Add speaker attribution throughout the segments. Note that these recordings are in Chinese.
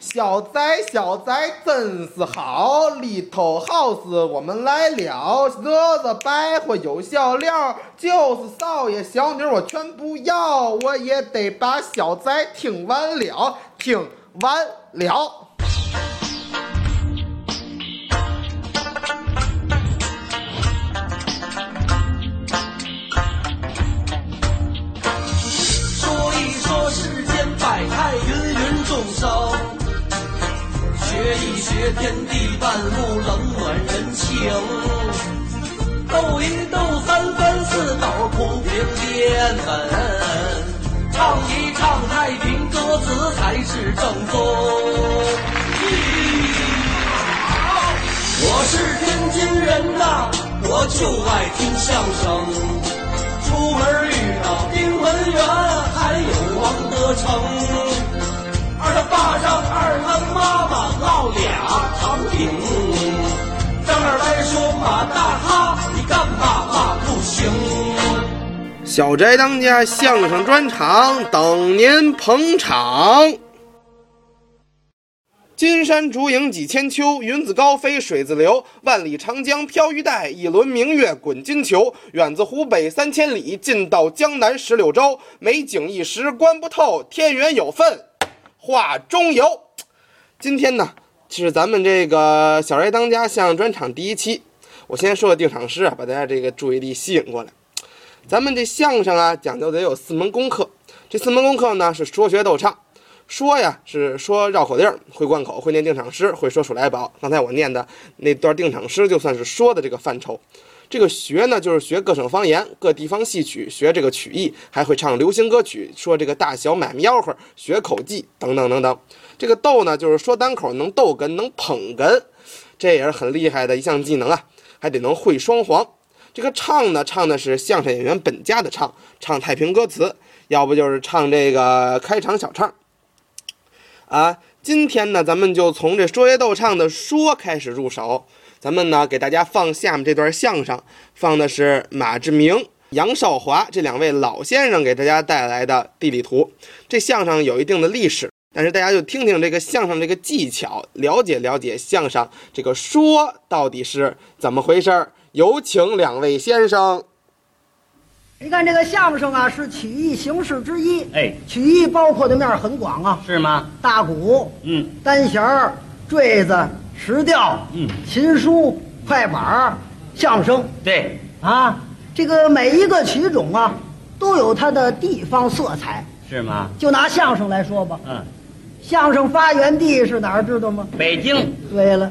Speaker 1: 小宅小宅真是好，Little House 我们来了，惹惹白活有笑料，就是少爷小女儿我全不要，我也得把小宅听完了，听完了。
Speaker 2: 说一说世间百态，芸芸众生。学一学天地万物，冷暖人情。斗一斗三分四斗，铺平垫稳。唱一唱太平歌词，才是正宗。我是天津人呐，我就爱听相声。出门遇到丁文元，还有王德成。二他爸让二他妈妈烙俩糖饼。张二来说马大哈，你干嘛嘛不行？
Speaker 3: 小宅当家相声专场等您捧场。金山竹影几千秋，云子高飞水自流。万里长江飘玉带，一轮明月滚金球。远自湖北三千里，近到江南十六州。美景一时观不透，天缘有份话中游。今天呢，是咱们这个小宅当家相声专场第一期。我先说个定场诗啊，把大家这个注意力吸引过来。咱们这相声啊，讲究得有四门功课。这四门功课呢是说学逗唱，说呀是说绕口令儿，会贯口，会念定场诗，会说数来宝。刚才我念的那段定场诗就算是说的这个范畴。这个学呢，就是学各省方言、各地方戏曲，学这个曲艺，还会唱流行歌曲，说这个大小买卖吆喝，学口技等等等等。这个逗呢，就是说单口能逗哏，能捧哏，这也是很厉害的一项技能啊，还得能会双簧。这个唱呢，唱的是相声演员本家的唱，唱太平歌词，要不就是唱这个开场小唱。啊，今天呢，咱们就从这说学逗唱的说开始入手。咱们呢，给大家放下面这段相声，放的是马志明、杨少华这两位老先生给大家带来的地理图。这相声有一定的历史，但是大家就听听这个相声这个技巧，了解了解相声这个说到底是怎么回事儿。有请两位先生。
Speaker 4: 你看这个相声啊，是曲艺形式之一。
Speaker 5: 哎
Speaker 4: 曲艺包括的面儿很广啊，
Speaker 5: 是吗？
Speaker 4: 大鼓、
Speaker 5: 嗯，
Speaker 4: 单弦儿、坠子、石调、
Speaker 5: 嗯
Speaker 4: 琴书、快板儿、相声
Speaker 5: 对，
Speaker 4: 啊。这个每一个曲种啊，都有它的地方色彩。
Speaker 5: 是吗？
Speaker 4: 就拿相声来说吧，
Speaker 5: 嗯，
Speaker 4: 相声发源地是哪儿？知道吗？
Speaker 5: 北京
Speaker 4: 对了，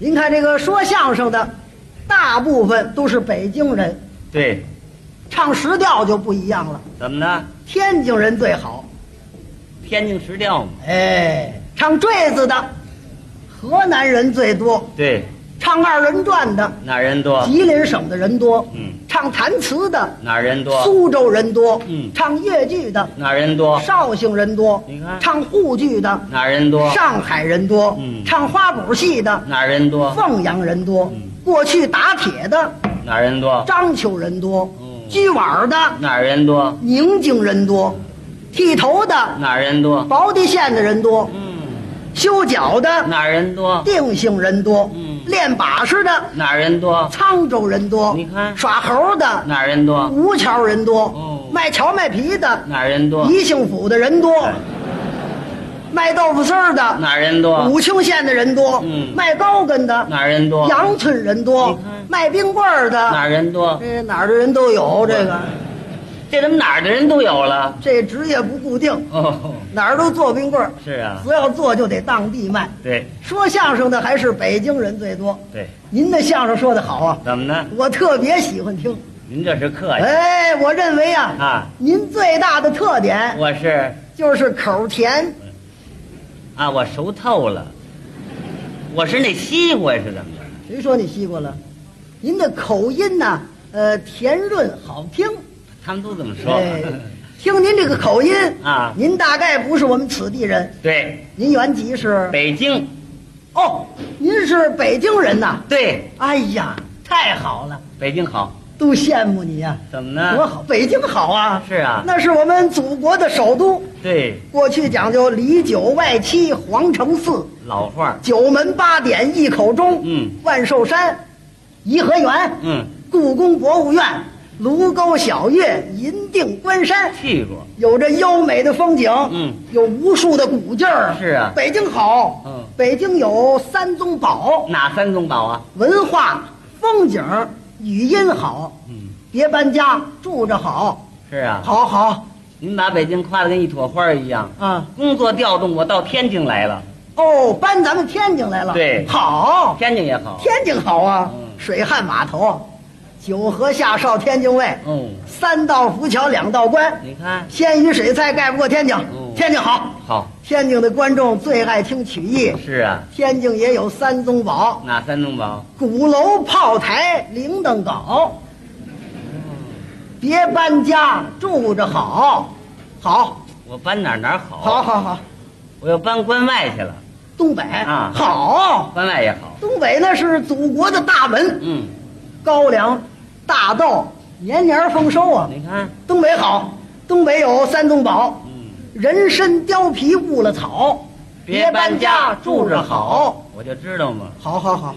Speaker 4: 您看这个说相声的，大部分都是北京人，
Speaker 5: 对，
Speaker 4: 唱石调就不一样了，
Speaker 5: 怎么呢？
Speaker 4: 天津人最好。
Speaker 5: 天津石调嘛，
Speaker 4: 哎，唱坠子的，河南人最多；
Speaker 5: 对，
Speaker 4: 唱二人转的，
Speaker 5: 哪儿人多？
Speaker 4: 吉林省的人多；
Speaker 5: 哦嗯，
Speaker 4: 唱弹词的，
Speaker 5: 哪儿人多？
Speaker 4: 苏州人多；
Speaker 5: 嗯
Speaker 4: 唱越剧的，
Speaker 5: 哪儿人多？
Speaker 4: 绍兴人多；
Speaker 5: 你看
Speaker 4: 唱沪剧的，
Speaker 5: 哪儿人多？
Speaker 4: 上海人多；
Speaker 5: 嗯
Speaker 4: 唱花鼓戏的，
Speaker 5: 哪儿人多？
Speaker 4: 凤阳人多；
Speaker 5: 嗯
Speaker 4: 过去打铁的，
Speaker 5: 哪儿人多？
Speaker 4: 章丘人多；
Speaker 5: 哦
Speaker 4: 鞠碗的，
Speaker 5: 哪儿人多？
Speaker 4: 宁静人多；
Speaker 5: 嗯
Speaker 4: 剃头的，
Speaker 5: 哪儿人多？
Speaker 4: 保定县的人多；
Speaker 5: 嗯，
Speaker 4: 修脚的，
Speaker 5: 哪儿人多？
Speaker 4: 定兴人多，
Speaker 5: 嗯
Speaker 4: 练把式的
Speaker 5: 哪儿人多？
Speaker 4: 沧州人多，
Speaker 5: 你看
Speaker 4: 耍猴的
Speaker 5: 哪儿人多？
Speaker 4: 吴桥人多，
Speaker 5: 哦
Speaker 4: 卖荞麦皮的
Speaker 5: 哪儿人多？
Speaker 4: 宜兴府的人
Speaker 5: 哎
Speaker 4: 多，卖豆腐丝儿的
Speaker 5: 哪儿人多？
Speaker 4: 武清县的人多，
Speaker 5: 嗯
Speaker 4: 卖高跟的
Speaker 5: 哪儿人多？
Speaker 4: 阳春人多
Speaker 5: 你看，
Speaker 4: 卖冰棍儿
Speaker 5: 哪
Speaker 4: 的
Speaker 5: 儿人多？
Speaker 4: 这哪儿的人都有，这个
Speaker 5: 这怎么哪儿的人都有了？
Speaker 4: 这职业不固定，
Speaker 5: 哦，
Speaker 4: 哪儿都做冰棍儿，
Speaker 5: 是啊
Speaker 4: 只，要做就得当地卖。
Speaker 5: 对
Speaker 4: 说相声的还是北京人最多，
Speaker 5: 对，
Speaker 4: 您的相声说得好啊。
Speaker 5: 怎么呢？
Speaker 4: 我特别喜欢听。
Speaker 5: 您这是客气
Speaker 4: 哎，我认为啊，
Speaker 5: 啊，
Speaker 4: 您最大的特点
Speaker 5: 我是。
Speaker 4: 就是口甜。
Speaker 5: 啊，我熟透了，我是那西瓜是怎么着？
Speaker 4: 谁说你西瓜了？您的口音呢？呃，甜润好听。
Speaker 5: 他们都这么说。
Speaker 4: 哎，听您这个口音
Speaker 5: 啊
Speaker 4: 您大概不是我们此地人，
Speaker 5: 对，
Speaker 4: 您原籍是？
Speaker 5: 北京，
Speaker 4: 哦，您是北京人呐？
Speaker 5: 对，
Speaker 4: 哎呀，太好了，
Speaker 5: 北京好，
Speaker 4: 都羡慕你呀、
Speaker 5: 怎么
Speaker 4: 多
Speaker 5: 呢？
Speaker 4: 好，北京好啊！
Speaker 5: 是啊
Speaker 4: 那是我们祖国的首都，
Speaker 5: 对，
Speaker 4: 过去讲究里九外七，皇城四，
Speaker 5: 老话儿
Speaker 4: 九门八点一口钟，
Speaker 5: 嗯
Speaker 4: 万寿山，颐和园，
Speaker 5: 嗯，
Speaker 4: 故宫博物院，卢沟晓月，银锭关山，
Speaker 5: 去过，
Speaker 4: 有着优美的风景，
Speaker 5: 嗯，
Speaker 4: 有无数的古劲儿，
Speaker 5: 是啊
Speaker 4: 北京好，
Speaker 5: 嗯
Speaker 4: 北京有三宗宝，
Speaker 5: 哪三宗宝啊？
Speaker 4: 文化、风景、语音好，
Speaker 5: 嗯，
Speaker 4: 别搬家，住着好，
Speaker 5: 是啊，
Speaker 4: 好好
Speaker 5: 您把北京夸得跟一朵花儿一样。
Speaker 4: 啊，
Speaker 5: 工作调动我到天津来了，
Speaker 4: 哦，搬咱们天津来了，
Speaker 5: 对
Speaker 4: 好，
Speaker 5: 天津也好。
Speaker 4: 天津好啊，
Speaker 5: 嗯
Speaker 4: 水旱码头，九河下哨天津卫，
Speaker 5: 嗯，
Speaker 4: 三道浮桥两道关，
Speaker 5: 你看，
Speaker 4: 鲜鱼水菜盖不过天津，
Speaker 5: 嗯
Speaker 4: 天津好，
Speaker 5: 好，
Speaker 4: 天津的观众最爱听曲艺，
Speaker 5: 是啊，
Speaker 4: 天津也有三宗宝：
Speaker 5: 哪三宗宝？
Speaker 4: 鼓楼、炮台、铃铛镐。别搬家，住着好，好，
Speaker 5: 我搬哪儿哪儿好。
Speaker 4: 好，，好，好，
Speaker 5: 我要搬关外去了，
Speaker 4: 东北
Speaker 5: 啊
Speaker 4: 好，
Speaker 5: 关外也好。
Speaker 4: 东北那是祖国的大门。
Speaker 5: 嗯，
Speaker 4: 高粱、大豆年年丰收啊！
Speaker 5: 你看，
Speaker 4: 东北好，东北有三宗宝：
Speaker 5: 嗯，
Speaker 4: 人参、貂皮、误了草。搬家，住着好。，
Speaker 5: 我就知道嘛。
Speaker 4: 好好好，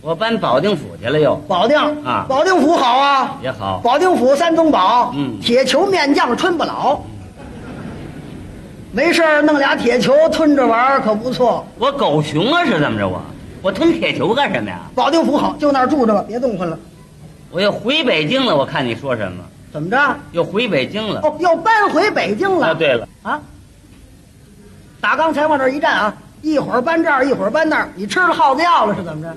Speaker 5: 我搬保定府去了又，
Speaker 4: 保定
Speaker 5: 啊
Speaker 4: 保定府好啊！
Speaker 5: 也好。
Speaker 4: 保定府三宗宝，
Speaker 5: 嗯
Speaker 4: 铁球面酱吞不老。没事儿弄俩铁球吞着玩儿可不错。
Speaker 5: 我狗熊啊，是怎么着我？我吞铁球干什么呀？
Speaker 4: 保定府好，就那儿住着吧，别动换了。
Speaker 5: 我要回北京了，我看你说什么？
Speaker 4: 怎么着？
Speaker 5: 又回北京了。
Speaker 4: 哦，要搬回北京了。
Speaker 5: 啊，对了，
Speaker 4: 啊，打刚才往这儿一站啊，一会儿搬这儿，一会儿搬那儿，你吃了耗子药了是怎么着？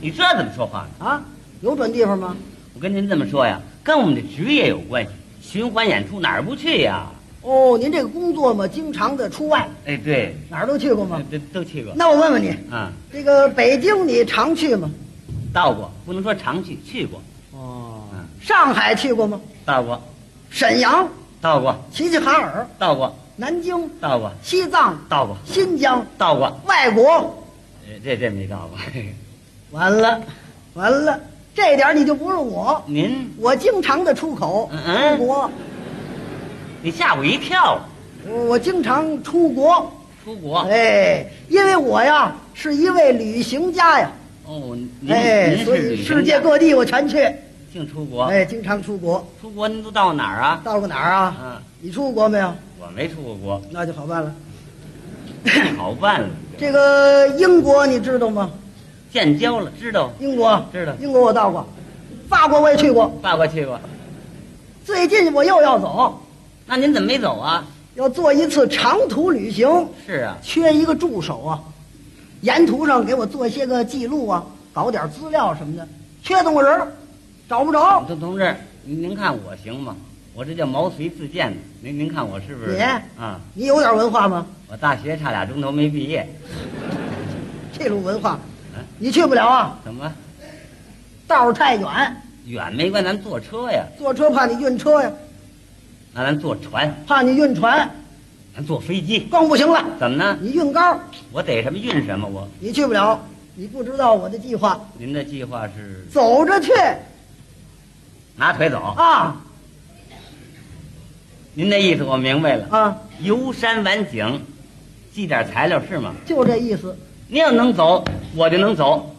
Speaker 5: 你这怎么说话呢？
Speaker 4: 啊，有准地方吗？
Speaker 5: 我跟您这么说呀，跟我们的职业有关系。循环演出哪儿不去呀？
Speaker 4: 哦，您这个工作嘛，经常的出外，
Speaker 5: 哎，对，
Speaker 4: 哪儿都去过吗？
Speaker 5: 都都去过。
Speaker 4: 那我问问你，
Speaker 5: 啊，
Speaker 4: 这个北京你常去吗？
Speaker 5: 到过，不能说常去，去过，
Speaker 4: 哦
Speaker 5: 嗯
Speaker 4: 上海去过吗？
Speaker 5: 到过，
Speaker 4: 沈阳、
Speaker 5: 到过，
Speaker 4: 齐齐哈尔、
Speaker 5: 到过，
Speaker 4: 南京、
Speaker 5: 到过，
Speaker 4: 西藏、
Speaker 5: 到过，
Speaker 4: 新疆、
Speaker 5: 到过。
Speaker 4: 外国，
Speaker 5: 呃这这没到过。
Speaker 4: 完了，完了，这点儿你就不是我，
Speaker 5: 您，
Speaker 4: 我经常的出口
Speaker 5: 嗯嗯
Speaker 4: 出国，
Speaker 5: 你吓我一跳。
Speaker 4: 我我经常出国。
Speaker 5: 出国？
Speaker 4: 哎，因为我呀是一位旅行家呀，
Speaker 5: 哦，您
Speaker 4: 哎，
Speaker 5: 您
Speaker 4: 所
Speaker 5: 是
Speaker 4: 以
Speaker 5: 旅
Speaker 4: 世
Speaker 5: 行
Speaker 4: 界
Speaker 5: 家，哦
Speaker 4: 各地我全去，
Speaker 5: 净出国。
Speaker 4: 哎，经常出国。
Speaker 5: 出国您都到哪儿啊？
Speaker 4: 到过哪儿啊？
Speaker 5: 嗯，
Speaker 4: 你出过国没有？
Speaker 5: 我没出过国，
Speaker 4: 那就好办了。
Speaker 5: 好办了，
Speaker 4: 这个英国你知道吗？
Speaker 5: 建交了，知道？
Speaker 4: 英国啊
Speaker 5: 知道
Speaker 4: 英国我到过，法国我也去过。
Speaker 5: 爸爸去过，
Speaker 4: 最近我又要走，
Speaker 5: 那您怎么没走啊？
Speaker 4: 要做一次长途旅行，
Speaker 5: 是啊，
Speaker 4: 缺一个助手啊。沿途上给我做些个记录啊，搞点资料什么的，缺动个人儿，找不着。
Speaker 5: 这同志，您您看我行吗？我这叫毛遂自荐呢。您您看我是不是？
Speaker 4: 你
Speaker 5: 啊，
Speaker 4: 你有点文化吗？
Speaker 5: 我大学差俩钟头没毕业，
Speaker 4: 这种文化
Speaker 5: 嗯，
Speaker 4: 你去不了啊，
Speaker 5: 怎么
Speaker 4: 道儿太远，
Speaker 5: 远没关系？咱坐车呀，
Speaker 4: 坐车怕你晕车呀，
Speaker 5: 那咱坐船，
Speaker 4: 怕你晕船，
Speaker 5: 咱坐飞机，
Speaker 4: 更不行了，
Speaker 5: 怎么呢？
Speaker 4: 你晕高，
Speaker 5: 我逮什么运什么我。
Speaker 4: 你去不了，你不知道我的计划，
Speaker 5: 您的计划是
Speaker 4: 走着去
Speaker 5: 拿腿走？
Speaker 4: 啊
Speaker 5: 您的意思我明白了，
Speaker 4: 啊，
Speaker 5: 游山玩景，记点材料是吗？
Speaker 4: 就这意思。
Speaker 5: 您要能走，我就能走，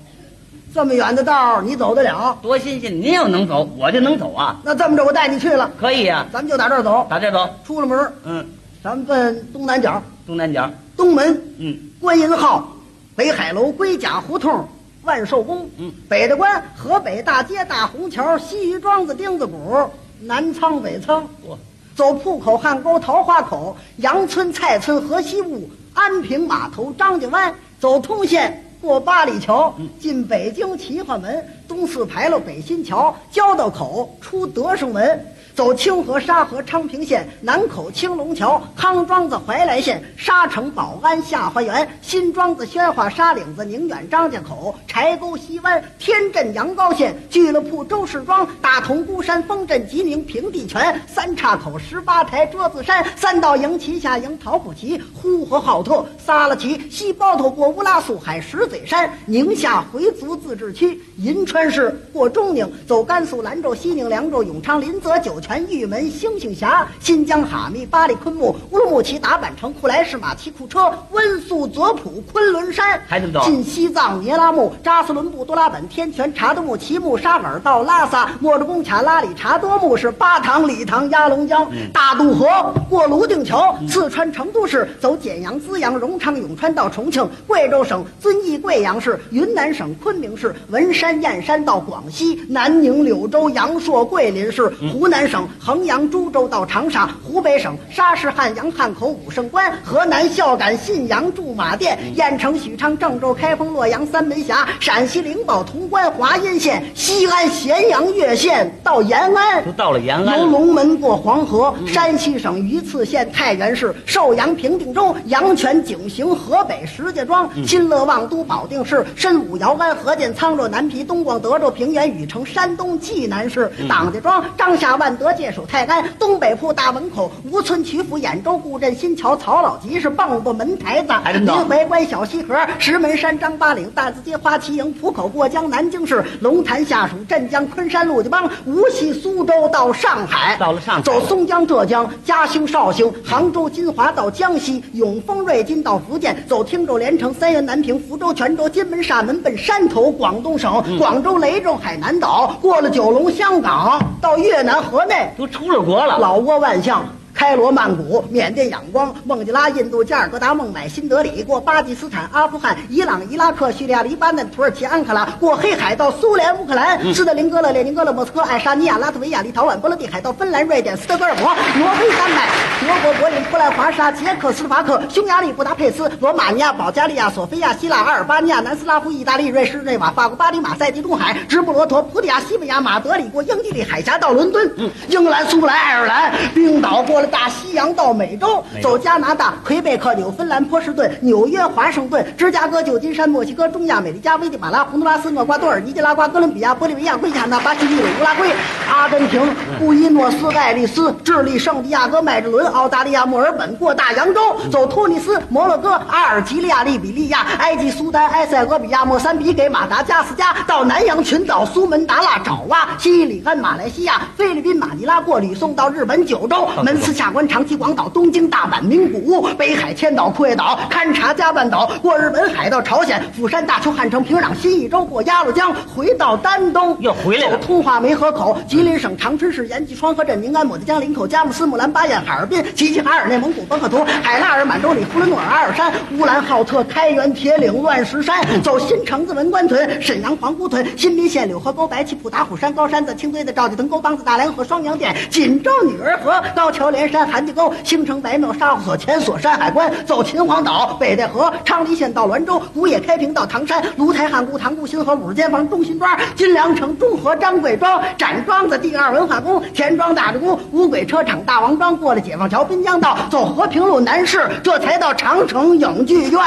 Speaker 4: 这么远的道儿你走得了？
Speaker 5: 多新鲜！您要能走，我就能走啊，
Speaker 4: 那这么着，我带你去了，
Speaker 5: 可以呀、
Speaker 4: 咱们就打这儿走，
Speaker 5: 打这走，
Speaker 4: 出了门儿，
Speaker 5: 嗯，
Speaker 4: 咱们奔东南角，
Speaker 5: 东南角，
Speaker 4: 东门
Speaker 5: 嗯，
Speaker 4: 观音号、北海楼、龟甲胡同、万寿宫，
Speaker 5: 嗯
Speaker 4: 北大关、河北大街、大红桥、西鱼庄子、钉子谷、南仓、北仓，
Speaker 5: 嚯，
Speaker 4: 走铺口、汉沟、桃花口、杨村、蔡村、河西务、安平码头、张家湾，走通县。过八里桥，进北京齐化门，东四牌楼、北新桥、交道口，出德胜门，走清河、沙河、昌平县，南口、青龙桥、康庄子、怀来县、沙城、宝安、下花园、新庄子、宣化、沙岭子、宁远、张家口、柴沟、西湾、天镇、阳高县、俱乐部、周市庄、大同、孤山、丰镇、吉宁、平地泉、三岔口、十八台、桌子山、三道营、旗下营、陶古旗、呼和浩特、撒拉旗、西包头、过乌拉苏海、石嘴山、宁夏回族自治区、银川市、过中宁、走甘肃兰州、西宁、凉州、永昌、临泽、九泉、玉门、星星峡、新疆哈密、巴里昆木、乌鲁木齐、达坂城、库莱市、马奇库车、温宿、泽普、昆仑山，
Speaker 5: 还这么多
Speaker 4: 进西藏耶拉木、扎斯伦布、多拉本、天泉、查德木、奇木、沙瓦尔道、拉萨、莫着贡卡拉里、查多木是巴塘、理塘、鸭龙江、大渡河，过泸定桥，四川成都市走简阳、资阳、荣昌、永川到重庆，贵州省遵义、贵阳市，云南省昆明市，文山、燕山到广西，南宁、柳州、阳朔、桂林市，湖南省衡阳、株洲到长沙，湖北省沙市、汉阳、汉口、武胜关，河南孝感、信阳、驻马店，燕城、许昌、郑州、开封、洛阳、三门峡，陕西灵宝、潼关、华阴县，西安、咸阳越县到延安
Speaker 5: 都。到了延
Speaker 4: 由
Speaker 5: 安了，
Speaker 4: 龙门过黄河，山西省榆次县太原市、寿阳平定州、阳泉景行、河北石家庄、
Speaker 5: 嗯
Speaker 4: 新乐望都保定市、申武姚安、河间沧州、南皮东广德州、平原禹城、山东济南市、
Speaker 5: 嗯
Speaker 4: 党家庄、张夏万德、界首泰安、东北铺、大门口、吴村、曲阜、兖州、固镇、新桥、曹老集市、蚌埠、门台子、
Speaker 5: 还真
Speaker 4: 临
Speaker 5: 多
Speaker 4: 淮关、小西河、石门山、张八岭、大字街、花旗营、浦口过江、南京市、龙潭下属镇江、昆山、陆家帮、无锡、苏州到上海，
Speaker 5: 到了上海
Speaker 4: 走松江、浙江、嘉兴、绍兴、杭州、金华到江西，永丰、瑞金到福建，走汀州、连城、三原、南平、福州、泉州、金门、厦门奔山头，广东省
Speaker 5: 嗯
Speaker 4: 广州、雷州、海南岛，过了九龙、香港到越南河内，
Speaker 5: 都出了国了。
Speaker 4: 老挝万象。开罗、曼谷、缅甸仰光、孟加拉、印度、加尔各答、孟买、新德里，过巴基斯坦、阿富汗、伊朗、伊拉克、叙利亚、黎巴嫩、土耳其、安卡拉，过黑海到苏联、乌克兰、斯德林格勒、列宁格勒、莫斯科、爱沙尼亚、拉脱维亚、立陶宛、波罗的海到芬兰、瑞典、斯德哥尔摩、挪威、丹麦、德国、柏林、波兰、华沙、捷克斯洛伐克、匈牙利、布达佩斯、罗马尼亚、保加利亚、索菲亚、希腊、阿尔巴尼亚、南斯拉夫、意大利、瑞士、内瓦、法国、巴黎、马赛、地中海、直布罗陀、葡萄牙、西班牙、马德里过英吉利海峡到伦敦，英格兰、苏格兰、爱尔兰、冰岛过了大西洋到美洲，走加拿大、魁北克、纽芬兰、波士顿、纽约、华盛顿、芝加哥、旧金山、墨西哥、中亚、美利加、危地马拉、洪都拉斯、厄瓜多尔、尼加拉瓜、哥伦比亚、玻利维亚、圭亚那、巴西、秘鲁、乌拉圭、阿根廷、布宜诺斯艾利斯、智利、圣地亚哥、麦哲伦、澳大利亚、墨尔本，过大洋洲，走突尼斯、摩洛哥、阿尔及利亚、利比利亚、埃及、苏丹、埃塞俄比亚、莫三比给、马达加斯加，到南洋群岛、苏门答腊、爪哇、西里安、马来西亚、菲律宾马尼拉，过吕宋到日本九州、门司下关、长崎、广岛、东京、大阪、名古屋、北海、千岛、库页岛、勘察加半岛，过日本海到朝鲜、釜山、大邱、汉城、平壤、新义州，过鸭绿江，回到丹东，
Speaker 5: 又回来了
Speaker 4: 走通化梅河口、吉林省长春市延吉川河镇宁安抹子江林口佳木斯木兰巴彦哈尔滨齐齐哈尔内蒙古博克图海拉尔满洲里呼伦诺尔阿尔山乌兰浩特开原铁岭乱石山走新城子文官屯沈阳皇姑屯新宾县柳河沟白旗铺打虎山高山子青堆子赵家屯沟帮子大梁河双阳店锦州女儿河高桥连山韩家沟兴城白庙沙户所前所山海关走秦皇岛北戴河昌黎县到滦州古冶开平到唐山芦台汉沽塘沽新河五十间房中新庄金良城中和张贵庄展庄子第二文化宫田庄大职宫五轨车厂大王庄过了解放桥滨江道走和平路南市这才到长城影剧院。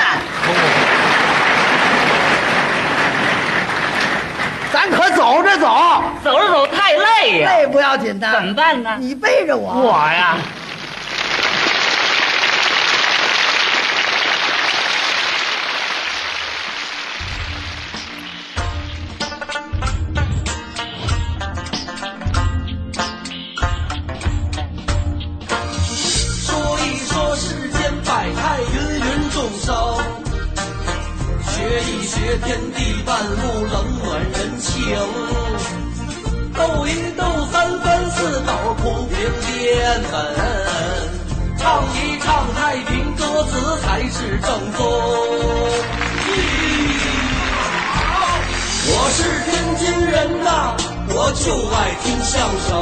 Speaker 4: 咱可走着走，
Speaker 5: 走着走太累呀，
Speaker 4: 累不要紧的，
Speaker 5: 怎么办呢？
Speaker 4: 你背着我，
Speaker 5: 我呀，
Speaker 2: 说一说世间百态，芸芸众生。学一学天地万物，冷暖人情。斗一斗三分四斗，铺平淀粉。唱一唱太平歌词，才是正宗。我是天津人呐，我就爱听相声。